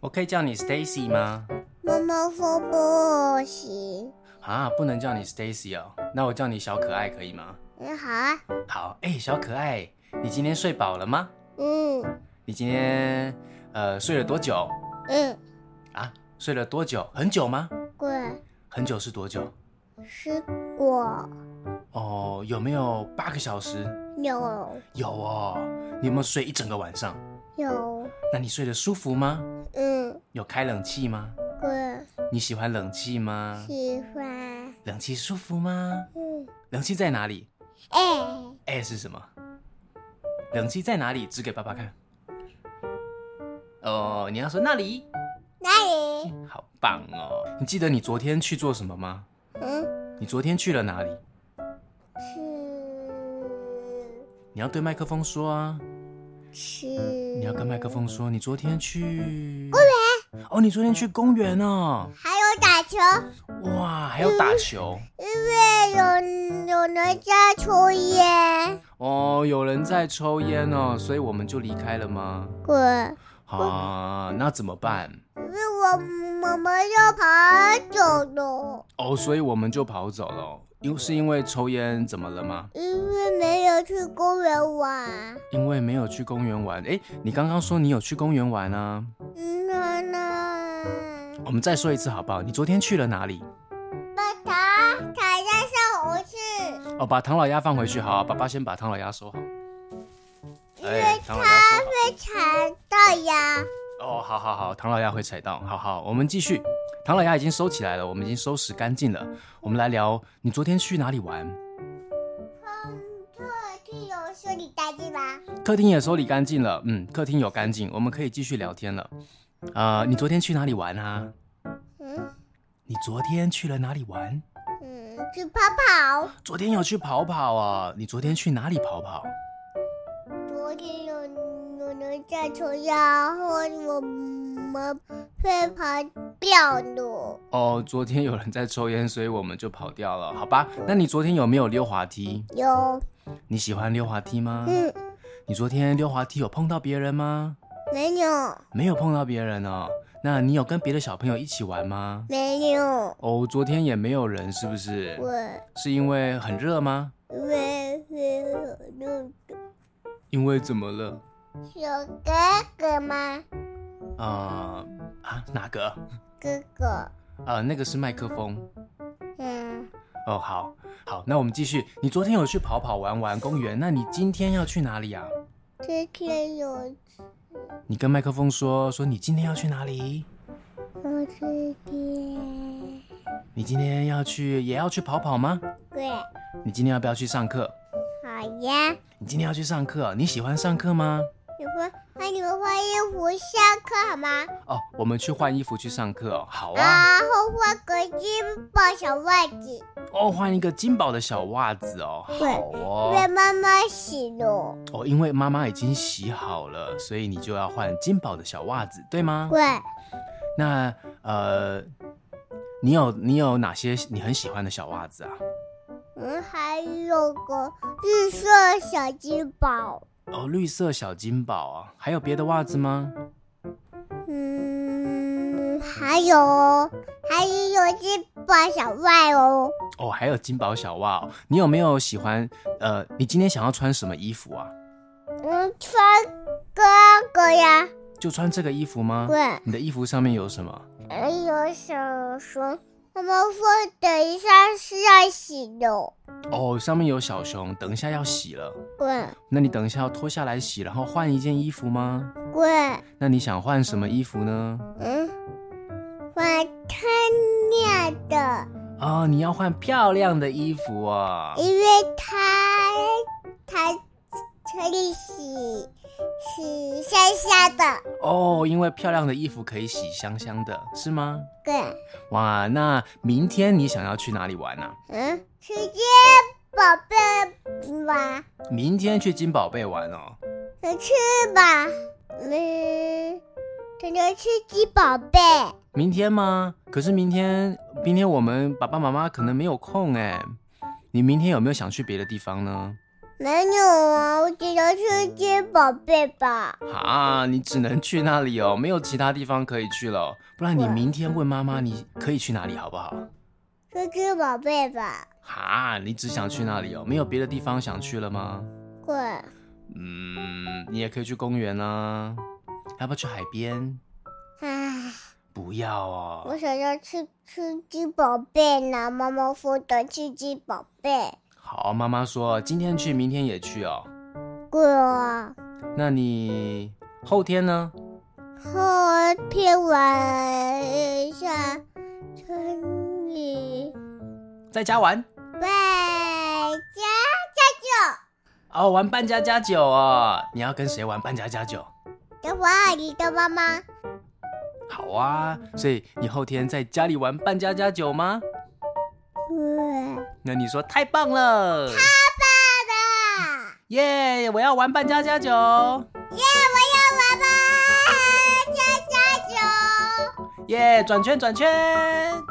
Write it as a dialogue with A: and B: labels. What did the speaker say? A: 我可以叫你 Stacy 吗？
B: 妈妈说不行。
A: 啊，不能叫你 Stacy 哦，那我叫你小可爱可以吗？
B: 嗯，好啊。
A: 好，哎、小可爱，你今天睡饱了吗？
B: 嗯
A: 你今天呃睡了多久
B: 嗯，
A: 啊？睡了多久？很久吗？
B: 滚
A: 很久是多久？
B: 是果
A: 哦，有没有八个小时？
B: 有
A: 有哦。你有没有睡一整个晚上？
B: 有
A: 那你睡得舒服吗？
B: 嗯
A: 有开冷气吗？
B: 滚
A: 你喜欢冷气吗？
B: 喜欢
A: 冷气舒服吗？
B: 嗯
A: 冷气在哪里？
B: 哎
A: 哎是什么？冷气在哪里？指给爸爸看。哦，你要说那里，
B: 那里
A: 好棒哦！你记得你昨天去做什么吗？
B: 嗯
A: 你昨天去了哪里？
B: 吃
A: 你要对麦克风说啊！
B: 吃
A: 你要跟麦克风说，你昨天去公园哦，你昨天去公园哦，
B: 还有打球，
A: 哇，还要打球
B: 因为有有人在抽烟
A: 哦，有人在抽烟哦，所以我们就离开了吗？
B: 滚。
A: 啊，那怎么办？
B: 因为我妈妈要爬走了，
A: 哦，所以我们就跑走了哦，因是因为抽烟怎么了吗？
B: 因为没有去公园玩。
A: 因为没有去公园玩。诶，你刚刚说你有去公园玩啊？
B: 嗯那那
A: 我们再说一次好不好？你昨天去了哪里？
B: 把它踩在上回去，
A: 哦，把唐老鸭放回去。好，爸爸先把唐老鸭收好。
B: 因
A: 哎
B: 为
A: 唐老鸭
B: 它
A: 说
B: 会踩到呀。
A: 哦，好好好，唐老鸭会踩到。好好，我们继续。唐老鸭已经收起来了，我们已经收拾干净了。我们来聊，你昨天去哪里玩？
B: 特地有说你带进来，
A: 客厅也收理干净了，嗯，客厅有干净，我们可以继续聊天了。呃，你昨天去哪里玩啊？
B: 嗯
A: 你昨天去了哪里玩？
B: 嗯，去跑跑。
A: 昨天有去跑跑啊？你昨天去哪里跑跑？
B: 昨天有有人在抽烟，然后我们被爬掉了。
A: 哦，昨天有人在抽烟，所以我们就跑掉了，好吧？那你昨天有没有溜滑梯？
B: 有，
A: 你喜欢溜滑梯吗？
B: 嗯，
A: 你昨天溜滑梯有碰到别人吗？
B: 没有。
A: 没有碰到别人哦。那你有跟别的小朋友一起玩吗？
B: 没有，
A: 哦，昨天也没有人，是不是？
B: 我
A: 是因为很热吗？
B: 没有那个
A: 因为怎么了？
B: 小哥哥吗？
A: 啊、啊，哪个？
B: 哥哥，
A: 啊，那个是麦克风。
B: 嗯，
A: 哦，好，好，那我们继续。你昨天有去跑跑玩玩公园，那你今天要去哪里啊？
B: 今天有
A: 你跟麦克风说说你今天要去哪里？
B: 我这边，
A: 你今天要去也要去跑跑吗？
B: 对，
A: 你今天要不要去上课？
B: 好呀。
A: 你今天要去上课，你喜欢上课吗？
B: 你们那哎你们换衣服下课好吗？
A: 哦，我们去换衣服去上课哦。好啊，
B: 然后换个金宝小袜子，
A: 哦，换一个金宝的小袜子哦。好
B: 对
A: 哦
B: 被，妈妈洗了。
A: 哦，因为妈妈已经洗好了，所以你就要换金宝的小袜子，对吗？
B: 对，
A: 那呃，你有你有哪些你很喜欢的小袜子啊？
B: 嗯，还有个绿色小金宝，
A: 哦，绿色小金宝啊，还有别的袜子吗？
B: 嗯，还有还有金宝小外哦，
A: 哦，还有金宝小袜、哦，你有没有喜欢？呃，你今天想要穿什么衣服啊？
B: 嗯，穿哥哥呀，
A: 就穿这个衣服吗？
B: 对，
A: 你的衣服上面有什么？
B: 还哎有小熊，他们说等一下是要洗的，
A: 哦，上面有小熊，等一下要洗了。
B: 滚
A: 那你等一下要脱下来洗，然后换一件衣服吗？
B: 滚，
A: 那你想换什么衣服呢？
B: 嗯，换看亮的，
A: 哦，你要换漂亮的衣服啊、
B: 因为它它可以洗洗香香的，
A: 哦，因为漂亮的衣服可以洗香香的，是吗？
B: 滚。
A: 哇，那明天你想要去哪里玩啊呢、
B: 嗯，时间宝贝吧，
A: 明天去金宝贝玩哦。
B: 你去吧，嗯，等着吃鸡宝贝。
A: 明天吗？可是明天，明天我们爸爸妈妈可能没有空哎。你明天有没有想去别的地方呢？
B: 没有啊，我只能去接宝贝吧。
A: 啊，你只能去那里哦，没有其他地方可以去了哦。不然你
B: 对
A: 明天问妈妈你可以去哪里好不好？
B: 去接宝贝吧。
A: 啊，你只想去那里哦，没有别的地方想去了吗？
B: 对，
A: 嗯，你也可以去公园啊，要不要去海边？
B: 唉，
A: 不要
B: 我
A: 哦。
B: 想要吃吃鸡宝贝呢。妈妈说的吃鸡宝贝。
A: 好，妈妈说今天去，明天也去哦。
B: 对啊，
A: 那你后天呢？
B: 后天玩一下村里，
A: 在家玩
B: 拜家家
A: 哦，玩扮家家酒哦。你要跟谁玩扮家家酒？
B: 酒。等我爱你的妈妈。
A: 好啊，所以你后天在家里玩扮家家酒吗？
B: 对，
A: 那你说太棒了，
B: 爸爸。
A: 耶我要玩扮家家酒，
B: 耶！我要玩吧，加加酒。
A: 耶、转圈转圈。